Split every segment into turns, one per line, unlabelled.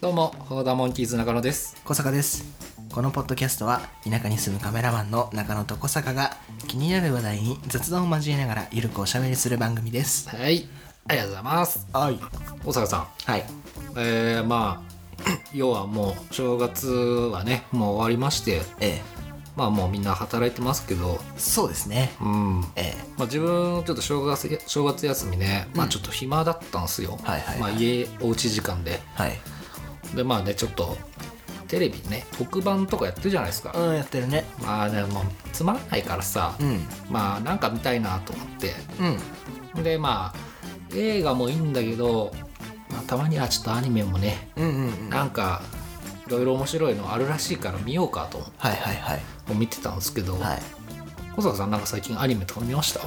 どうもフォーダーモンキーズ中野です
小坂ですこのポッドキャストは田舎に住むカメラマンの中野と小坂が気になる話題に雑談を交えながらゆるくおしゃべりする番組です
はいありがとうございます
はい
大阪さん
はい
えー、まあ 要はもう正月はねもう終わりまして
ええ
まあもうみんな働いてますけど
そうですね
うん
え
まあ、自分ちょっと正月や正月休みね、まあ、ちょっと暇だったんですよ、
はいはいはい
まあ、家おうち時間で
えはい
でまあねちょっとテレビね特番とかやってるじゃないですか、
うんやってるね
まあでもつまらないからさ、
うん
まあなんか見たいなと思って
うん
でまあ映画もいいんだけど、まあ、たまにはちょっとアニメもね
うんうんうんはい
なんかいろいろ面白いのあるらしいから見ようかと思っ
はいはい
て見てたんですけど、
はい
小坂さんなんか最近アニメとか見ました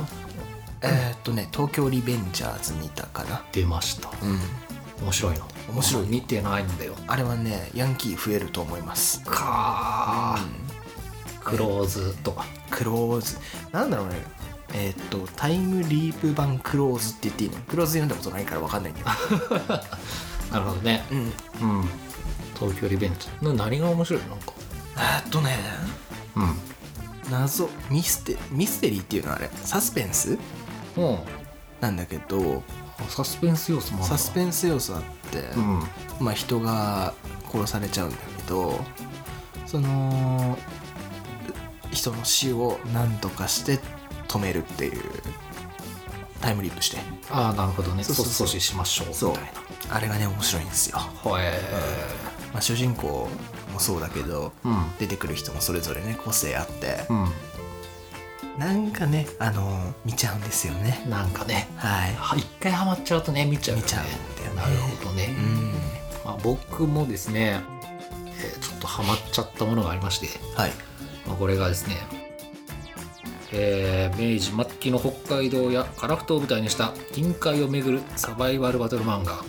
えーっとね東京リベンジャーズにいたかな
出ました
うん
面白いの
面白い
見てないんだよ
あれはねヤンキー増えると思います
かー、クローズとか
クローズなんだろうねえーっとタイムリープ版クローズって言っていいのクローズ読んだことないから分かんないんだけ
なるほどね
どうん
うん東京リベンジな何が面白いのなんか
えーっとね
う
謎ミステミステリーっていうのはあれサスペンス
んも
なんだけど
うサスペンス要素もある
サスペ
ン
ンス要素あって、
うん
まあ人が殺されちゃうんだけどその人の死を何とかして止めるっていうタイムリープして
ああなるほどね
そうそうそう
阻止しましょうみ
そう
たいな
あれがね面白いんですよ、
ほえ
まあ、主人公もそうだけど
ー、うん
出てくる人もそれぞれね個性あって
う
なんかねあの見ちゃうんですよね
んなんかね
はい
は一回ハマっちゃうとね見ちゃうよね
見ちゃうんだよね
なるほどね、
うん
まあ、僕もですね、えーちょっとハマっちゃったものがありまして
はい
まあ、これがですね、えー明治末期の北海道や樺太を舞台にした近海をめぐるサバイバルバトル漫画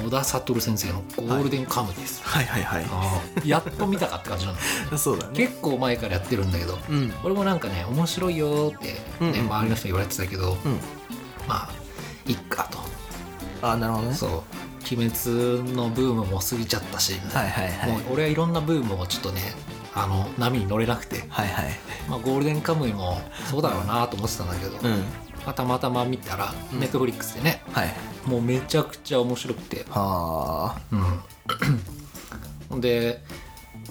野田悟先生の「ゴールデンカムイ」です、
はいはいはい
あーやっと見たかって感じなんです
そうだね
結構前からやってるんだけど
うんうん
俺もなんかね面白いよーって、ね
うんうん
周りの人に言われてたけどまあいっか
あなるほど
と
ね
そう「鬼滅」のブームも過ぎちゃったし、
はいはいはい
もう俺はいろんなブームをちょっとねあの波に乗れなくて
はいはい
まあ、ゴールデンカムイもそうだろうなと思ってたんだけど、
うん
まあたまたま見たら
うん
ネットフリックスでね、
はい
もうめちゃくちゃ面白くて、
は
うんほんで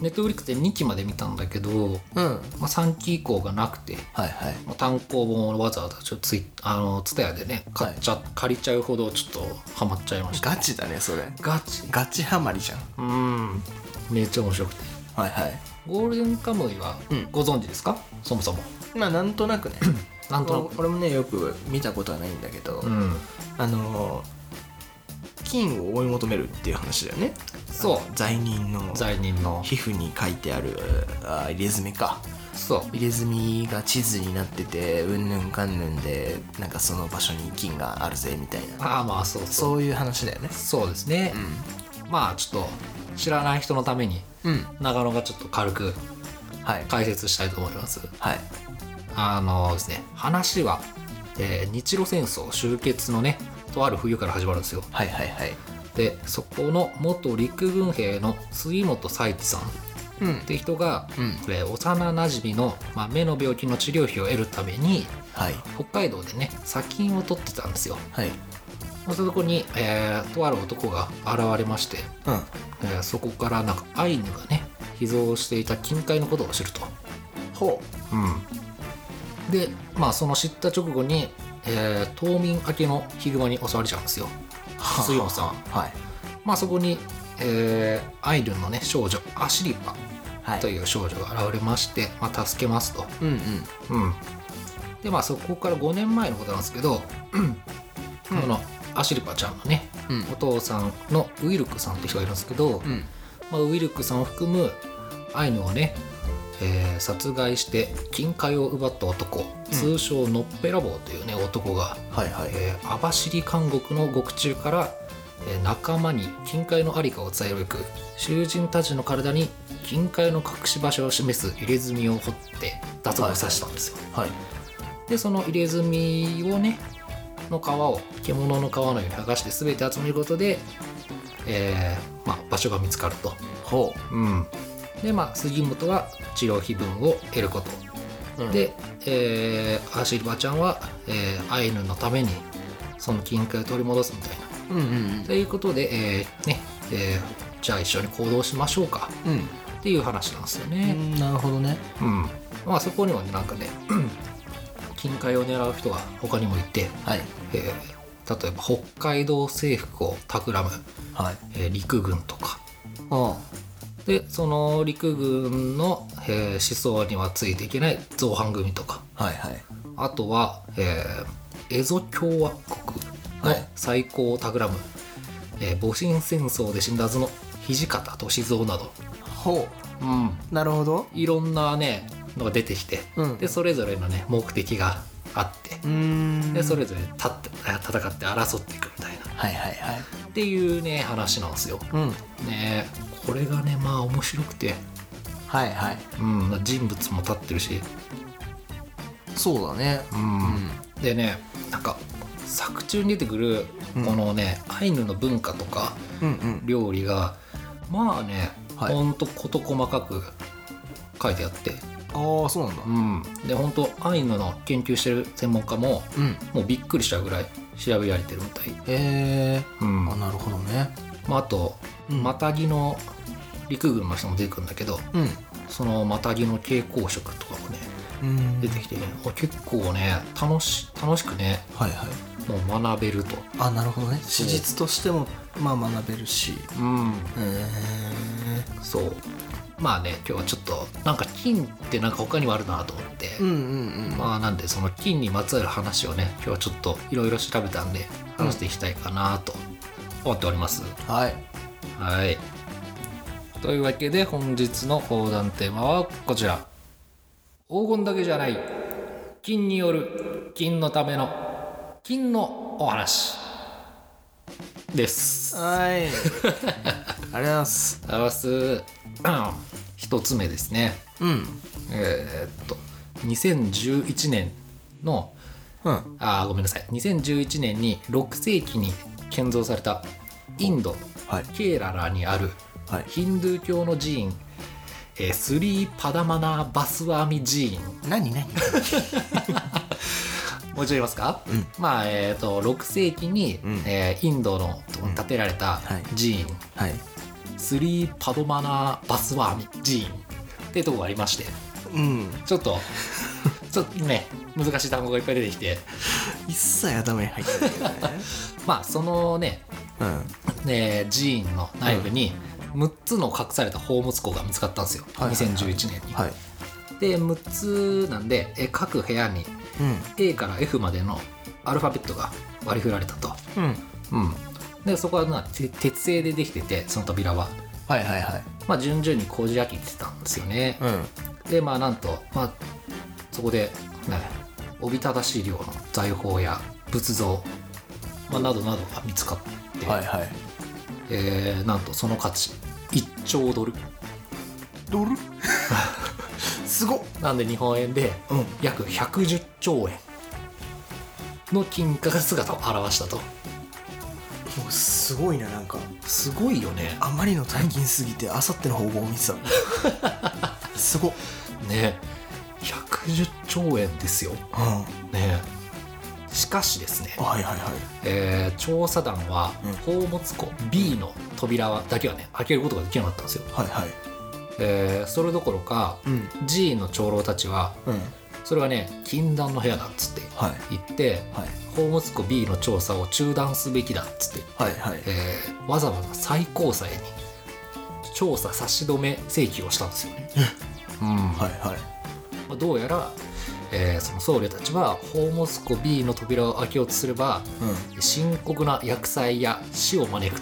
ネットフリックスで2期まで見たんだけど、
あうん
まあ、3期以降がなくて、
はいはい
まあ、単行本をわざわざちょっとツイあのツタヤでね買っちゃ、借りちゃうほどちょっとハマっちゃいました
ガチだねそれ
ガチ
ガチハマりじゃん
うんめっちゃ面白くて
はいはい
ゴールデンカムイは
うん
ご存知ですか、そもそも
まあなんと なくね
なんとなく
俺もねよく見たことはないんだけど、
うん
あのー金を追い求めるっていう話だよね
そう
あの罪人の
罪人の
皮膚に書いてあるあー入れ墨か
そう
入れ墨が地図になっててうんぬんかんぬんでなんかその場所に金があるぜみたいな
ああまあそうそう
そういう話だよね
そうですね、まあちょっと知らない人のために
うんうん
長野がちょっと軽く
はい
解説したいと思います
はい
あのですね話は、えー日露戦争終結のねとある冬から始まるんですよ
はいはいはい
でそこの元陸軍兵の杉本彩地さんっ
うん
て人が、
うん
えー幼なじみの、まあ、目の病気の治療費を得るために
はい
北海道でね砂金を取ってたんですよ
はい
そういうとこに、えーとある男が現れまして
うん
えーそこからなんかアイヌがね秘蔵していた近海のことを知ると、
ほ
でまあその知った直後に、えー冬眠明けのヒグマに襲われちゃうんですよ
はあ
杉本さん
うはい
まあそこに、えーアイヌのね少女アシリパ
は
という少女が現れまして、まあ、助けますと、
うんうん
でまあそこから5年前のことなんですけ ど、このアシリパちゃんのね、
うん
お父さんのウイルクさんって人がいるんですけど、
うん
まあ、ウィルクさんを含むアイヌをね、えー殺害して金塊を奪った男通称のっぺらぼうというね男が、
はいはい
えー網走監獄の獄中から、えー仲間に金塊の在りかを伝えるべく囚人たちの体に金塊の隠し場所を示す入れ墨を掘って脱獄させたんですよ。
はい
でその入れ墨をねの皮を獣の皮のように剥がして全て集めることで、えーまあ、場所が見つかると、
ほ
うん、でまあ杉本は治療費分を得ること、
う、うん、
で、えーアシルバちゃんは、えーアイヌのためにその金塊を取り戻すみたいな
うんうん
ということで、えーねえーじゃあ一緒に行動しましょうか
う
っ
ん
ていう話なんですよ
う
ね、
んなるほどね
うんまあ、そこにはねなんかね 金塊を狙う人が他にもいて、
はい
えー例えば北海道制服を企む、
はい
えー陸軍とか
あ
でその陸軍の、えー思想にはついていけない造反組とか
あはいはい
あとは、えーエゾ共和国
は
の
い
最高を企む、えー戊辰戦争で死んだはずの土方歳三など、
ほ
うん、
うなるほど
いろんなねのが出てきて
うん
でそれぞれのね目的があって
うーん
でそれぞれ立って戦って争っていくみたいな
はいはいはい
っていうね話なんですよ。
うん
ねこれがねまあ面白くて、
はいはい
うん、人物も立ってるし、
そうだね
うん、でねなんか作中に出てくる
うん
このね、アイヌの文化とか
うんうん
料理がまあね、
はい
ほんと事細かく書いてあって、
ああそうなんだ
うん、でほんとアイヌの研究してる専門家も
うん
もうびっくりしたぐらい調べられてるみたい、
え
うん
ー、あなるほどね
まあ、あと
うん
マタギの陸軍の人も出てくるんだけど
うん
そのマタギの蛍光色とかもね
うん
出てきて、あ結構ね楽し楽しくね
はいはい
もう学べると。
あなるほどね史実としてもまあ学べるし
うん
へ
そうまあね今日はちょっとなんか金ってなんか他にもあるなと思って、
ーうんうんうん
まあなんでその金にまつわる話をね今日はちょっといろいろ調べたんで話していきたいかなと思っております、
はい
はいというわけで本日の講談テーマはこちら黄金だけじゃない金による金のための金のお話です
はい ありがとうございます
あわす一つ目ですね
うん
えーっと2011年の
うん
あーごめんなさい2011年に6世紀に建造されたインド
はい
ケーララにある
はい
ヒンドゥー教の寺院、えースリーパダマナーバスワミ寺院
何何
もう一度言いますか、
ん
まあえーっと6世紀に、
うん
えーインドの
ん
建てられた
はい
寺院、
はい
スリーパドマナーバスワミ寺院ってとこがありまして
うん
ちょっ とちょっとね難しい単語がいっぱい出てきて
一切頭に入ってないけどね
まあそのね
うん
えー寺院の内部に6つの隠された宝物庫が見つかったんですよ、
はいはいはい
2011年に。
はい
で6つなんでえー各部屋に
うん
A から F までのアルファベットが割り振られたと。
うん
うん、でそこはなて鉄製でできててその扉は。
はいはいはい
まあ、順々に工事開けてたんですよね。
うん
でまあなんと、まあ、そこで、ね、おびただしい量の財宝や仏像、まあ、などなどが見つかって、
はいはい
えーなんとその価値1兆ドル
ドルすごっ
なんで日本円で
うん
約110兆円の金貨が姿を現したと
もうすごいななんか
すごいよね
あまりの大金すぎてあさっての方向を見てた のすごっ
ね110兆円ですよ
うんは
ねしかしですね、
いはいはい
えー調査団は
うん
宝物庫 B の扉はだけはね開けることができなかったんですよ、
はいはい
えーそれどころか
うん
G の長老たちは
うん
それはね禁断の部屋だっつって
はい
言って
はい
宝物庫 B の調査を中断すべきだっつって
はいはい
えーわざわざ最高裁に調査差し止め請求をしたんですよね。うん
はいはい
まあどうやら、えーその僧侶たちは宝物庫 B の扉を開けようとすれば
うん
深刻な厄災や死を招く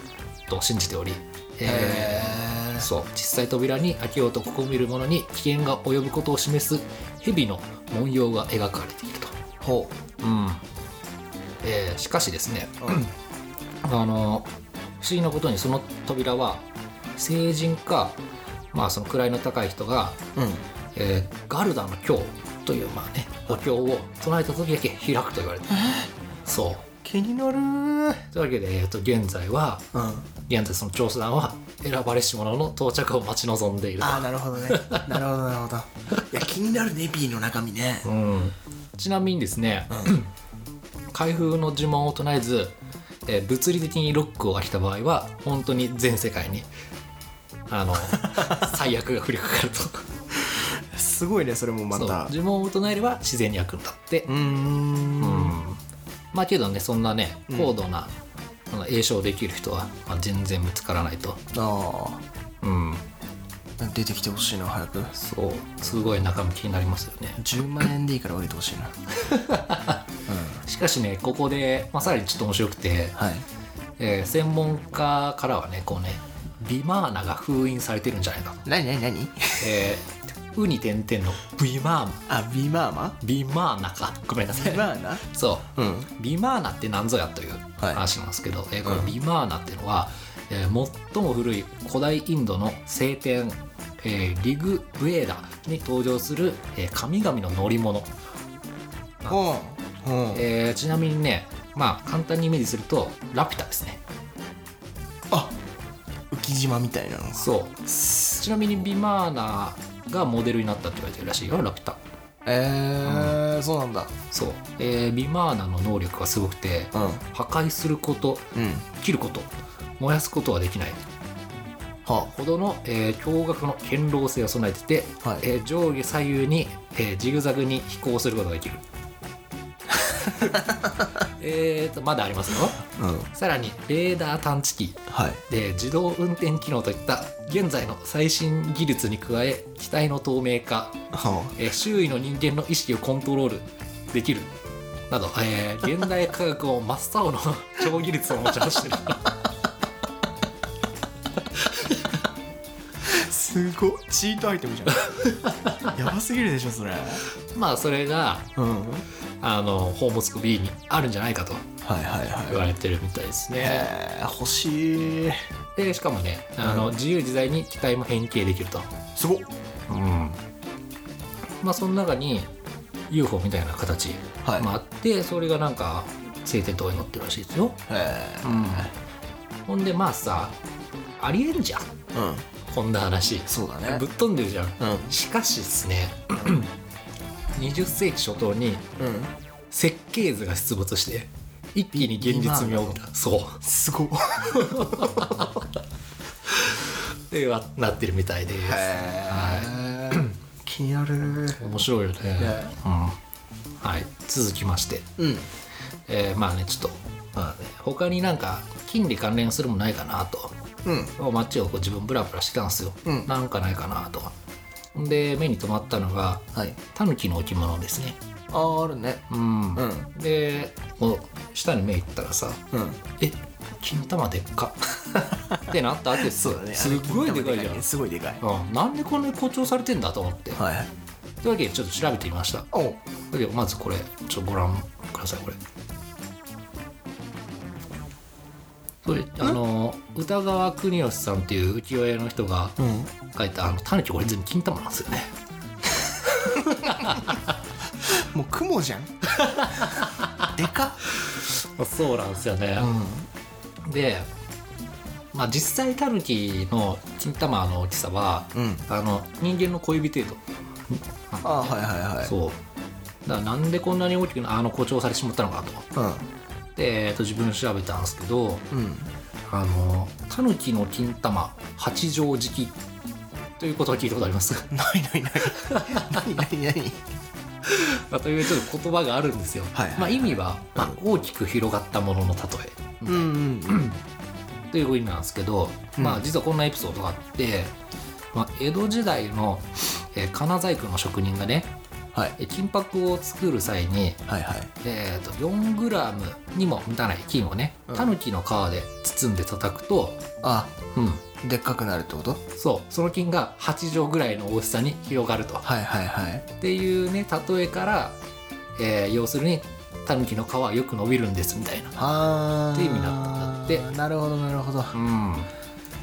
と信じており、え
へ
ー
え
そう実際扉に開けようと試みる者に危険が及ぶことを示す蛇の文様が描かれていると。
ほ
うんえーしかしですね、
ううん
あの不思議なことにその扉は成人か、まあ、その位の高い人が、
うん
えーガルダの経というまあねお経を唱えた時だけ開くと言われてそう
気になるうん
というわけで、えっと、現在は現在その調査団は選ばれし者の到着を待ち望んでいる
ああなるほど ねなるほどなるほどいや気になるね B の中身ね
と、うん、ちなみにですね、開封の呪文を唱えず、えー物理的にロックを開けた場合は本当に全世界にあ の最悪が降りかかると
すごいねそれもま
そう
た
呪文を唱えれば自然に開くんだって、
うーん
うんまあけどねそんなね
うん
高度な、あの栄唱できる人は、まあ、全然見つからないと、
あ
うん、
あ出てきてほしいな早く
そうすごい中身気になりますよね
10万円でいいから降りてほし いなうん
しかしねここで、まあ、さらにちょっと面白くて、
はい
えー専門家からはねこうねビマーナが封印されてるんじゃないかと、
何何何
えー、ウに点々のビマーナ
あビマーマ
ビマーナかごめんなさ
ビ
い
マーナ
そう
うん
ビマーナって何ぞやという話なんですけど、えーこの
うん
ビマーナっていうのは、えー最も古い古代インドの聖典、えーリグ・ブエーダに登場する、えー神々の乗り物、
うんうん
えーちなみにねまあ簡単にイメージするとラピュタですね
あ浮島みたいなの
そうちなみにビマーナがモデルになったって言われてるらしいよラピュタ
えーそうなんだ
そう、えービマーナの能力がすごくて
うん
破壊すること
うん
切ること燃やすことはできない
は
ほどの、えー驚愕の堅牢性を備えてて、
あはい
えー上下左右に、えージグザグに飛行することができ るえーとまだありますよ
うん
さらにレーダー探知機
はい
で自動運転機能といった現在の最新技術に加え機体の透明化、
は
えー周囲の人間の意識をコントロールできるなど、えー現代科学を真っ青の 超技術を持ち出してる
あすごいチートアイテムじゃん やばすぎるでしょそれ
まあそれが
うんはい
あのホームスク B にあるんじゃないかと
はい
言
は
われてるみたいです
い
ね。
えー欲しい
でしかもねあの、
うん
自由自在に機体も変形できると。
すごっ
まあその中に UFO みたいな形
はい
もあってそれがなんか晴天とかに乗ってるらしいですよ。
え
ほんでまあさありえんじゃん
ーうん
こんな話。
そうだね
ぶっ飛んでるじゃん。
うん
しかしですね 20世紀初頭に
うん
設計図が出没して一気に現実味を帯びた。そう
すごっ
ってはなってるみたいです。
えー 気になる
面白いよね、
ね
うんはい、続きまして、
うん
えーまあねちょっと、まあね、他になんか金利関連するもんないかなと
うん
街をこう自分ブラブラしてたんですよ、
うん
なんかないかなとほんで目に留まったのが
はい
タヌキの置物ですね
あーあるね
うん、
うん
でもう下に目いったらさ
うん
え金玉でっか ってなったわけです
そ
よ
うだね
すっごいでかいじゃん、
すごいでかい
うん、なんでこんなに誇張されてんだと思って、
はいはい
というわけでちょっと調べてみました
お
だけどまずこれちょっとご覧くださいこれこれあの歌川国吉さんっていう浮世絵の人が
うん
描いたあのタヌキこれ全部金玉なんですよね
もう雲じゃん でか
そうなんですよねでまあ実際タヌキの金玉の大きさは
うんうん
あの人間の小指程度
あーはいはいはい
そうだからなんでこんなに大きくなあの誇張されてしまったのかとで、えっと、自分調べたんですけど
うんうん
あの「タヌキの金玉八畳敷き」ということは聞いたことあります
ないないない 何何何
まあというちょっと言葉があるんですよ。
はいはい
まあ、意味は、まあ、大きく広がったものの例え、
うんうん
という意味なんですけど、
うん
まあ、実はこんなエピソードがあって、まあ、江戸時代の、えー金細工の職人がね
はい
えー金箔を作る際に、
はいはい
えー、と 4g にも満たない金をね
うん
タヌキの皮で包んで叩くと、
あ
うん、
でっかくなるってこと
そうその金が8畳ぐらいの大きさに広がると。
はいはいはい
っていうね例えから、えー要するにタヌキの皮はよく伸びるんですみたいな、
あー
って意味だったんだって
なるほどなるほど
うん、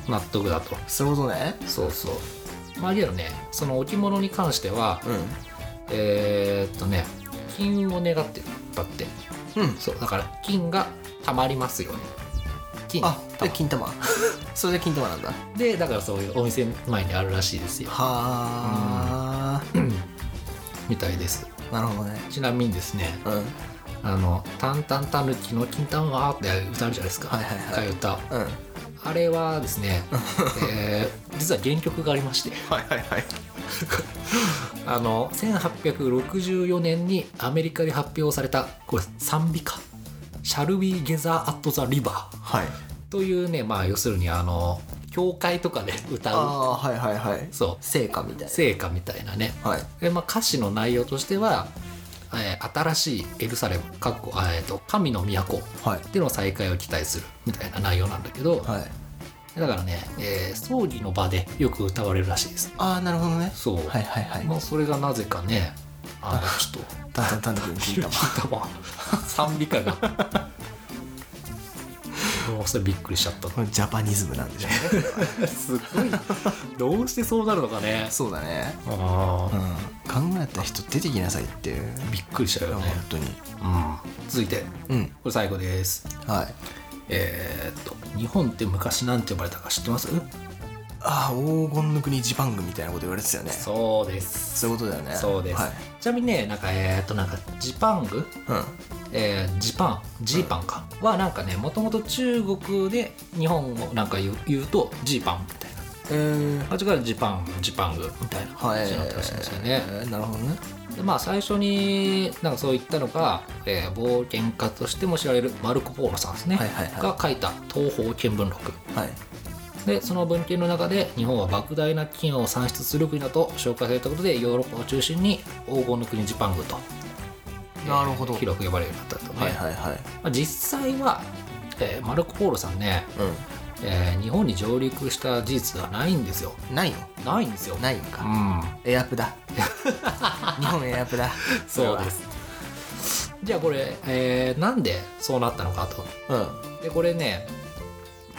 納得だと
そういうことね
そうそうまあけどねその置物に関しては
う
えーっとね金運を願ってるんだって
んうん
そうだから金がたまりますよね金
あで
玉
金玉 それで金玉なんだは
でだからそういうお店前にあるらしいですよ
あ、
みたいです
なるほどね
ちなみにですね
うんはい
あの「タンタンタヌキの金玉は」って歌あるじゃないですか、
はいは
替
い
え歌
うんはい
あれはですね、えー実は原曲がありまして
はいはい
あの1864年にアメリカで発表されたこれ賛美歌「Shall We Gather at the River
はい」
というねまあ要するにあの教会とかで
あ
歌う
あはいはいはい
そ
成果みたいう
聖歌みたいなね
なはい
で、まあ、歌詞の内容としては、えー新しいエルサレムかっこ、えー、と神の都
はい
での再会を期待するみたいな内容なんだけど
はい
だからね、えー葬儀の場でよく歌われるらしいです
ああなるほどね
そう、
はいはいはい
まあ、それがなぜかねあのちょっと
タンタンタンタン金玉
玉賛美歌が もうそれびっくりしちゃった
これジャパニズムなんでしょうね
すごいどうしてそうなるのかね
そうだね
あ
うん考えた人出てきなさいっていう
ーびっくりしちゃうよ
本
ね、
当に
うん、続いて
うん
これ最後です
はい
えーっと日本って昔なんて呼ばれたか知ってます
ああ黄金の国ジパングみたいなこと言われてたよね
そうです
そういうことだよね
そうです、
はい
ちなみにねなんかえーっとなんかジパング
うん
えージパンジーパンか、はなんかねもともと中国で日本をなんか言う言うとジーパンみたいな
え
あっちからジパンジパングみたいな
ー、はい
感じになったらしいんですよね、
えーなるほどね
でまあ最初になんかそういったのが、えー冒険家としても知られるマルコ・ポーロさんですね、
はいはいはい
が書いた「東方見聞録」
はい
でその文献の中で日本は莫大な金を産出する国だと紹介されたことでヨーロッパを中心に黄金の国ジパングと、えー
なるほど
広く呼ばれるようになったとね、
はいはいはい
まあ、実際は、えーマルコ・ポーロさんね、
う
えー日本に上陸した事実はないんですよ
んないの
ないんですよ
ないん
う
か
ん
エアプ だ日本エアプだ
そうですじゃあこれ、えーなんでそうなったのかと
うんうん
でこれね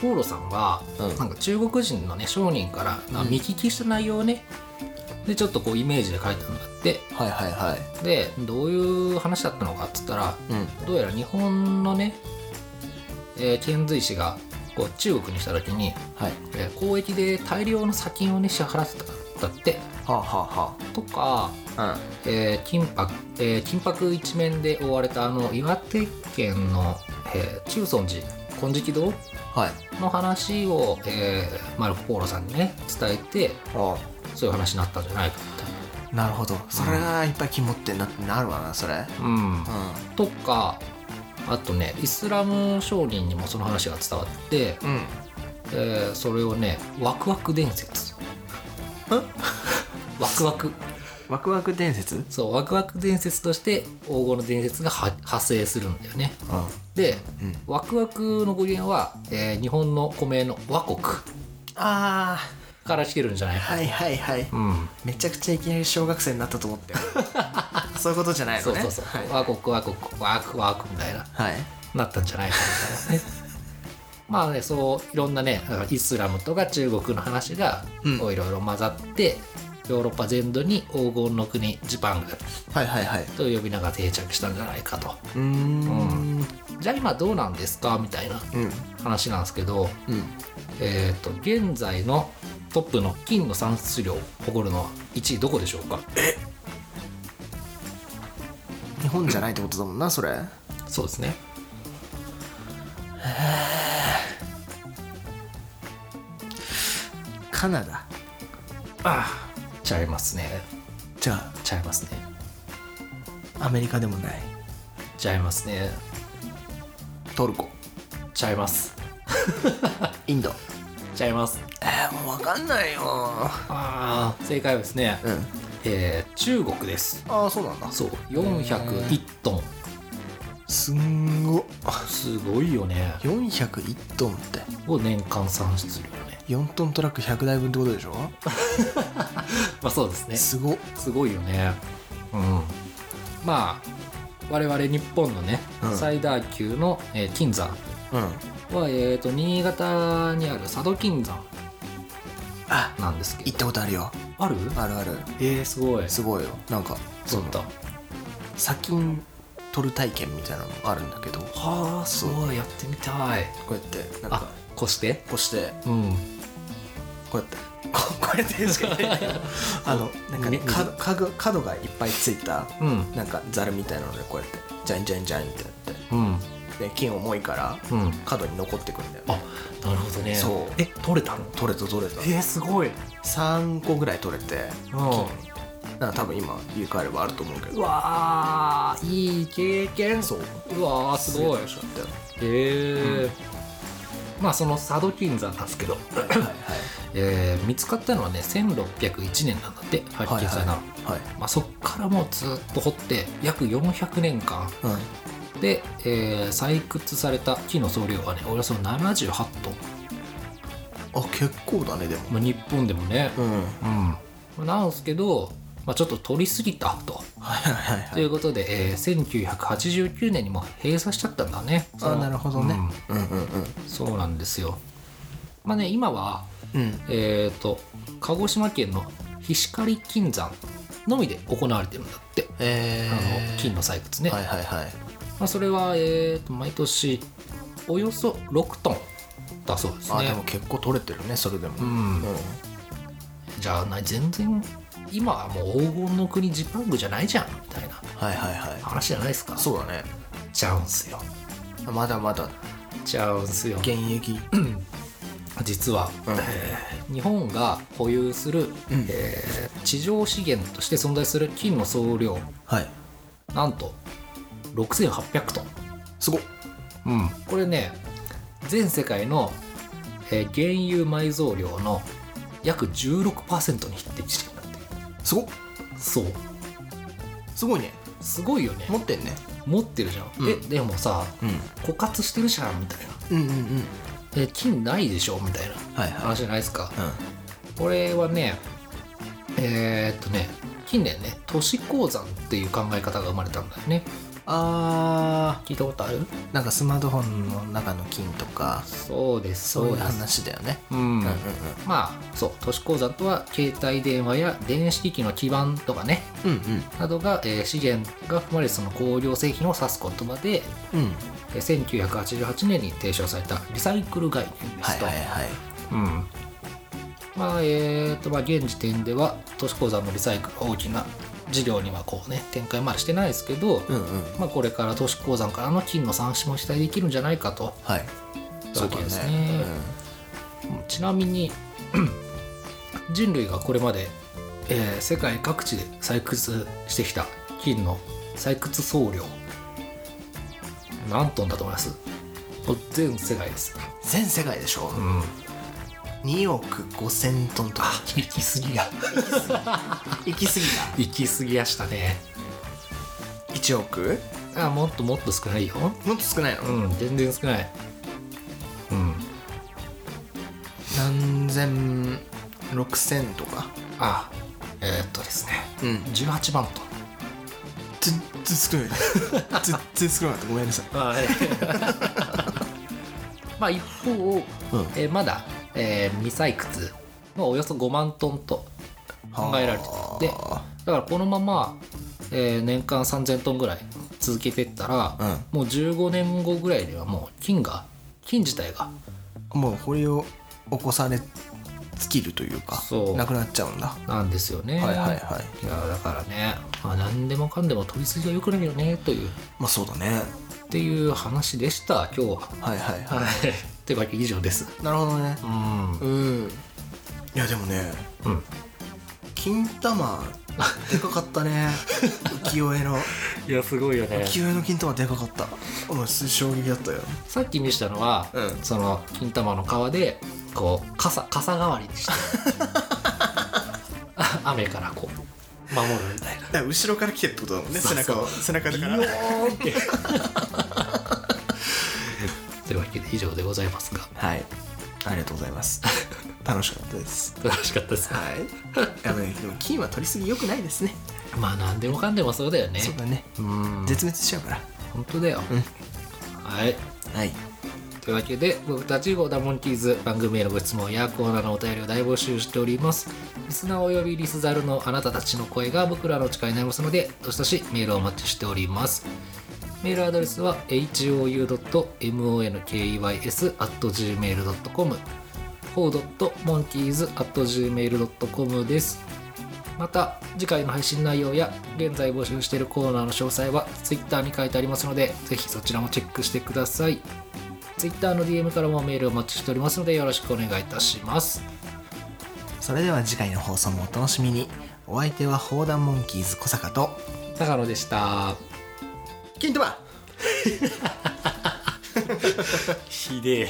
ポーロさんは、
うん
なんか中国人のね商人からなんか見聞きした内容をね、でちょっとこうイメージで書いたんだって
はいはいはい
でどういう話だったのかっつったら
うん
どうやら日本のね、えー遣隋使がこう中国にした時に、
はい
えー交易で大量の砂金をね支払ってたんだって
はあは
とか、
あはあ
えー金箔、えー金箔一面で覆われたあの岩手県の、えー中尊寺金色堂
うんはい
の話を、えーマルコ・ポーロさんにね伝えて
あ
そういう話になったんじゃないか
あなるほどそれがいっぱい肝ってんだってなるわなそれ
と。うん
う、
とかあとねイスラム商人にもその話が伝わって、
んうん
えーそれをねワクワク伝説。ワクワク
ワクワク伝説うん
そうワクワク伝説として黄金の伝説がは派生するんだよね。で
うん
ワクワクの語源は、えー日本の古名の和国
ああ
から来てるんじゃないか。
はいはいはい
うん
めちゃくちゃいきなり小学生になったと思 ってそういうことじゃないの
そう
ね
そうそう、
はい
和国和国ワクワクみたいな
はい
なったんじゃない かみたいなねまあねそういろんなねだからイスラムとか中国の話が
うん
こういろいろ混ざって、ヨーロッパ全土に黄金の国ジパング
はいはいはい
という呼び名が定着したんじゃないかと
うーん
じゃあ今どうなんですかみたいな
うん
話なんですけど
うん
えっ、と現在のトップの金の産出量を誇るのは1位どこでしょうか
日本じゃないってことだもんなそれ
そうですね
カナダ
ああちゃいますね
じゃあ
ちゃいますね
アメリカでもない
ちゃいますね
トルコ
ちゃいます
インド
ちゃいます
えー、もう分かんないよ
ああ正解はですね、
うん
えー中国です
ああそうなんだ
そう401ト
すんご
ンすごいよね
401トンって
を年間産出量ね
4トントラック100台分ってことでしょ
まあそうですね
すごっ
すごいよねうんまあ我々日本のね、
うん
最大級の、えー金山
うん
は、えー、と新潟にある佐渡金山
あ
なんですけ
行っ
ど
たことあるよ
ある
あるある
えー、すごい
すごいよなんか
そうだ
砂金取る体験みたいなのがあるんだけどこ
はあすごいやってみたいう
やってなん
あ
か
こして
こうして
うん
こうやってここうやってしかないけど あのなんかね
み
角角角がいっぱいついた
うん
なんかざるみたいなのでこうやってジャンジャンジャンってやって
うん
で金重いから
うん
角に残ってくんだよ、
あ
ね、
なるほどね
そう
え取れたの
取れた取れた
えー、すごい
3個ぐらい取れて
うん
金だから多分今家帰ればあると思うけ
う
ど
わーいい経験
そう
うわーすごい
すげえ楽しかったよ
へえまあその佐渡金山なんですけど、
はいはい
えー見つかったのはね1601年なんだって発見されたの、
はい
まあ、そっからもうずっと掘って約400年間
はい
で、えー採掘された木の総量がねおよそ78ト
うんあ結構だねでも
ン、まあ、日本でもね、
うんはい
うんなんですけど、まあ、ちょっと取りすぎたと、
はいはいはい
ということで、えー1989年にも閉鎖しちゃったんだねその
あなるほどね、うん、うんうん
うんそうなんですよまあね今は
うん
えっ、と鹿児島県の菱刈金山のみで行われてるんだって、
え
あの
ー、
金の採掘ね、
はいはいは
ま
い
あ、それは、えー、と毎年およそ6トンだそうです
あ
ね
でも結構取れてるねそれでも
う
うん
じゃあな全然今はもう黄金の国ジパングじゃないじゃんみたいな
はいはいは
話じゃないですか
いそうだね
ちゃうんすよ
まだまだ
ちゃうんすよ
現役
実は、
うん
えー日本が保有する、
うん
えー地上資源として存在する金の総量
はい
なんと6800トン
すごっ
うん、これね全世界の、えー原油埋蔵量の約16%に匹敵してるんだっ
すごって
そう
すごいね
すごいよね
持ってんね
持ってるじゃん、
うん
えでもさ
う
枯渇してるじゃんみたいなん
うんうんうん
え金ないでしょみたいな
はいはい
話じゃないですか、
うん
これはねえーっとね近年ね都市鉱山っていう考え方が生まれたんだよね
あ
聞いたことある
ーなんかスマートフォンの中の金とか
そうです
そういう
です
話だよね
うん
うんうん
まあそう都市鉱山とは携帯電話や電子機器の基盤とかね
うんうん
などが、えー資源が含まれるその工業製品を指す言葉で、
うん
えー1988年に提唱されたリサイクル概念で
は
す
い
と、
はいはい
うんまあえーとまあ、現時点では都市鉱山のリサイクル大きな事業にはこうね展開まだしてないですけど、
うんうん
まあ、これから都市鉱山からの金の産出も期待できるんじゃないかと
はい
そう
だ
ですねちなみに 人類がこれまで、えー世界各地で採掘してきた金の採掘総量何トンだと思いますこれ全世界です、
うん全世界でしょ
うん、
2億5000トンとか
行き過ぎや
行き過ぎ
行き過ぎやしたね
た1億
あもっともっと少ないよ
もっと少ないの
うん全然少ないうん
何千六千とか
あえーっとですね
うん
18万トン
全然少 ない全然少なかったごめんなさい
はい まあ一方、
うん
えーまだ、えー未採掘のおよそ5万トンと考えられてたでだからこのまま、えー年間3000トンぐらい続けてったら、もう15年後ぐらいではもう金が金自体が
うんもうこれを起こされ尽きるというか
そう
なくなっちゃうんだは
なんですよね
いはいはい
いやだからね、まあ、何でもかんでも取りすぎは良くないよねという
まあそうだね
っていう話でした今日は。
はいはいは
はい、というわけで以上です。
いなるほどね
うん、うん、
うんいやでもね金玉でかかった ね浮世絵の
いやすごいよね
浮世絵の金玉でかかったもう衝撃だったよ
さっき見せたのは、
うん
その金玉の皮でこう傘傘代わりにして あ雨からこう守るみたいな
だから後ろから来てるってことだもんね
そうそう
を背中
ビヨーンって というわけで以上でございますが
はいありがとうございます楽しかったです
楽しかったです
はいあのねでも金は取りすぎよくないですね
まあ何でもかんでもそうだよね
そうだね
うん
絶滅しちゃうから
本当だよ、
うん
はい
はい
というわけで僕たちゴーダモンキーズ番組へのご質問やコーナーのお便りを大募集しておりますリスナーおよびリスザルのあなたたちの声が僕らの力になりますのでどしどしメールをお待ちしておりますメールアドレスは hou.monkeys.gmail.com 4.monkeys.gmail.com ですまた次回の配信内容や現在募集しているコーナーの詳細は Twitter に書いてありますのでぜひそちらもチェックしてください Twitter の DM からもメールをお待ちしておりますのでよろしくお願いいたします
それでは次回の放送もお楽しみにお相手は砲弾モンキーズ小坂と
高野でした
金 玉
ひでえ